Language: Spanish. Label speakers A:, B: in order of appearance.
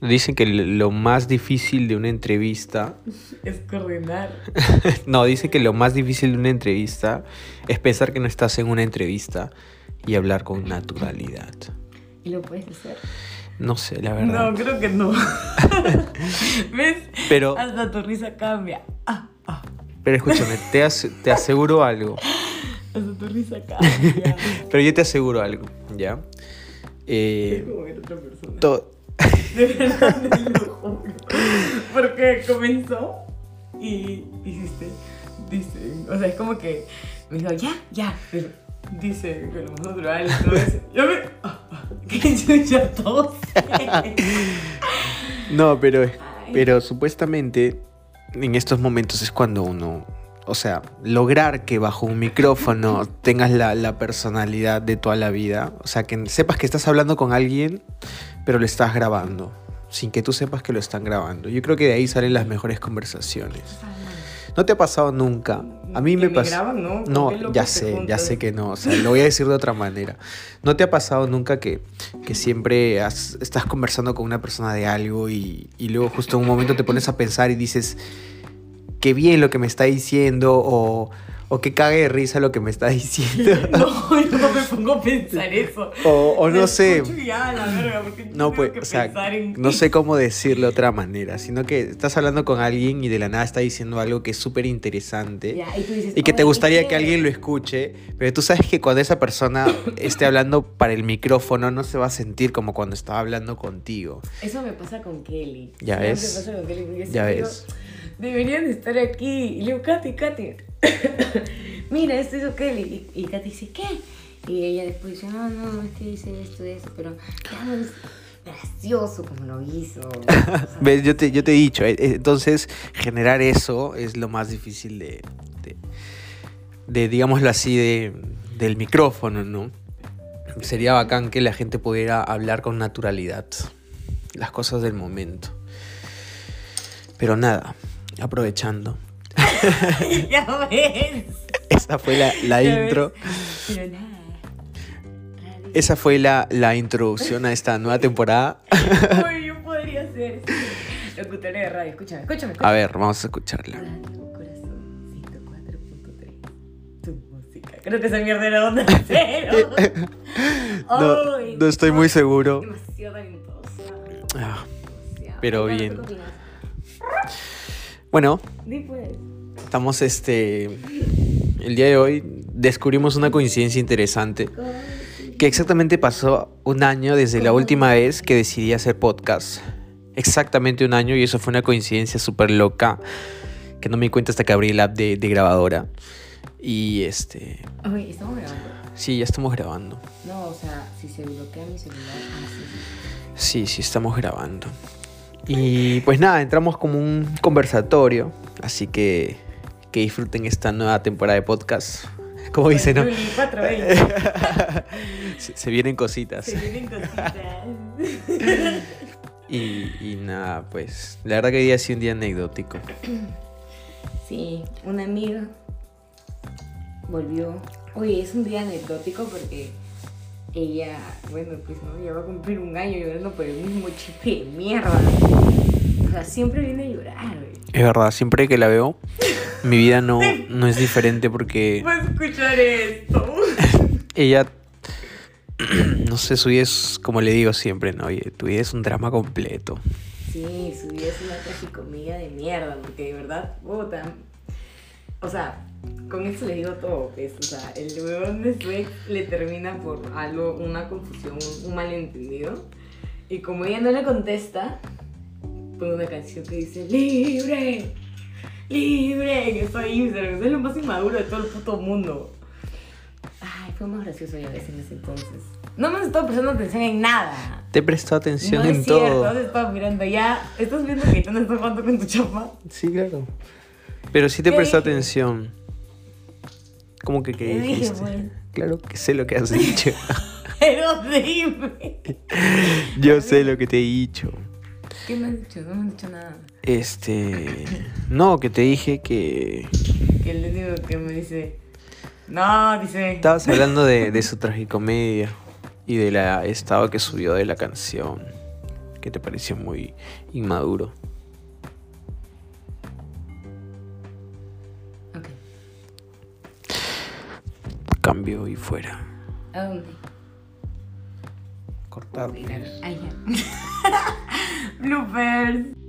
A: Dicen que lo más difícil de una entrevista.
B: Es coordinar.
A: no, dicen que lo más difícil de una entrevista es pensar que no estás en una entrevista y hablar con naturalidad.
B: ¿Y lo puedes hacer?
A: No sé, la verdad.
B: No, creo que no. ¿Ves?
A: Pero-
B: Hasta tu risa cambia. Ah, ah.
A: Pero escúchame, te, as- te aseguro algo.
B: Hasta tu risa cambia.
A: Pero yo te aseguro algo, ¿ya?
B: Es
A: Eh,
B: como era otra persona.
A: to-
B: De verdad, te lo juro. Porque comenzó y hiciste, dice, o sea, es como que me dijo, ya, ya, pero dice, con lo más natural y todo eso. Yo me, ah, que yo ya todo
A: No, pero, pero supuestamente en estos momentos es cuando uno, o sea, lograr que bajo un micrófono tengas la, la personalidad de toda la vida, o sea, que sepas que estás hablando con alguien, pero lo estás grabando, sin que tú sepas que lo están grabando. Yo creo que de ahí salen las mejores conversaciones. ¿No te ha pasado nunca? Ah, A mí me pasó...
B: graban, ¿no? Qué
A: No,
B: loco
A: ya
B: te
A: sé, ya
B: juntas.
A: sé que no. O sea, lo voy a decir de otra manera. ¿No te ha pasado nunca que, que siempre has- estás conversando con una persona de algo y, y luego justo en un momento te pones a pensar y dices, qué bien lo que me está diciendo o, o qué cague de risa lo que me está diciendo?
B: No, yo no me pongo a pensar eso.
A: o, o
B: Me
A: no sé.
B: escucho y ya, la verga, porque yo
A: No,
B: tengo
A: pues,
B: que
A: o sea,
B: pensar en-
A: no sé cómo decirlo de otra manera, sino que estás hablando con alguien y de la nada está diciendo algo que es súper interesante.
B: Ya, y, tú dices,
A: Y que te
B: "Oye,
A: gustaría que
B: chévere".
A: alguien lo escuche, pero tú sabes que cuando esa persona esté hablando para el micrófono no se va a sentir como cuando estaba hablando contigo.
B: Eso me pasa con Kelly.
A: Ya
B: Siempre
A: ves.
B: me pasa con Kelly porque
A: Ya
B: siempre digo,
A: ves.
B: Deberían de estar aquí. Y le digo, Katy, Katy. Mira, esto hizo Kelly. Y, y Katy dice, ¿qué? Y ella después dice, no, no, es que dice esto y eso. Pero ya no es gracioso como lo hizo. O sea,
A: ¿Ves? Yo te, yo te he dicho, eh, eh, entonces generar eso es lo más difícil de, de, de, digámoslo así, de, del micrófono, ¿no? Sería bacán que la gente pudiera hablar con naturalidad las cosas del momento. Pero nada, aprovechando.
B: ya ves.
A: Esa fue la, la
B: Ya ves.
A: intro.
B: Pero nada.
A: Esa fue la, la introducción a esta nueva temporada.
B: Uy, yo podría ser sí, locutora de radio. Escúchame, escúchame.
A: A ver, vamos a escucharla.
B: Radio Corazón 104.3. Tu música. Creo que esa mierda era onda cero.
A: No,
B: Ay,
A: no estoy muy seguro.
B: Demasiado talentosa.
A: Ah,
B: demasiado.
A: Pero
B: Bueno,
A: bien.
B: ¿tú qué opinas?
A: Bueno,
B: Di pues.
A: estamos este... El día de hoy descubrimos una coincidencia interesante.
B: Con-
A: Que exactamente pasó un año desde la última vez que decidí hacer podcast. Exactamente un año y eso fue una coincidencia súper loca. Que no me di cuenta hasta que abrí el app de, de grabadora. Y este...
B: Oye, estamos grabando.
A: Sí, ya estamos grabando.
B: No, o sea, si se bloquea mi celular. Ah, sí,
A: Sí,
B: sí.
A: sí, estamos grabando. Y pues nada, entramos como un conversatorio, así que que disfruten esta nueva temporada de podcast. Como dicen, ¿no?
B: Con Juli, 420.
A: se, se vienen cositas.
B: Se vienen cositas.
A: Y, y nada, pues la verdad que hoy día ha sido un día anecdótico.
B: Sí, una amiga volvió. Oye, es un día anecdótico porque ella, bueno, pues no, ya va a cumplir un año llorando por el mismo chiste de mierda. O sea, siempre viene a llorar, güey.
A: Es verdad, siempre que la veo, mi vida no, no es diferente porque
B: Va a escuchar esto.
A: ella, no sé, su vida es, como le digo siempre, ¿no? Oye, tu vida es un drama completo.
B: Sí, su vida es una tragicomedia de mierda, porque de verdad, puta. O sea, con eso le digo todo, pues, o sea, el huevón de su ex le termina por algo, una confusión, un malentendido. Y como ella no le contesta, pone una canción que dice, libre, libre, que soy Instagram, es lo más inmaduro de todo el puto mundo. Ay, fue más gracioso ya ves en ese entonces. No me estado prestando atención en nada.
A: Te he prestado atención
B: No
A: en
B: es cierto,
A: todo.
B: te estaba mirando ya. ¿Estás viendo que tú no estás jugando con tu chapa?
A: Sí, claro. Pero sí te
B: ¿Qué
A: prestó
B: dije?
A: atención. ¿Cómo que qué
B: ¿Qué dije,
A: dijiste?
B: güey?
A: Claro que sé lo que has dicho.
B: Pero dime.
A: Yo sé lo que te he dicho.
B: ¿Qué me han dicho? No me han dicho nada.
A: Este. No, que te dije que.
B: Que el único que me dice. No, dice.
A: Estabas hablando de, de su tragicomedia y de la estado que subió de la canción. que te pareció muy inmaduro?
B: Ok.
A: Cambio y fuera.
B: ¿A dónde?
A: Cortar.
B: Ahí ya. Bloopers.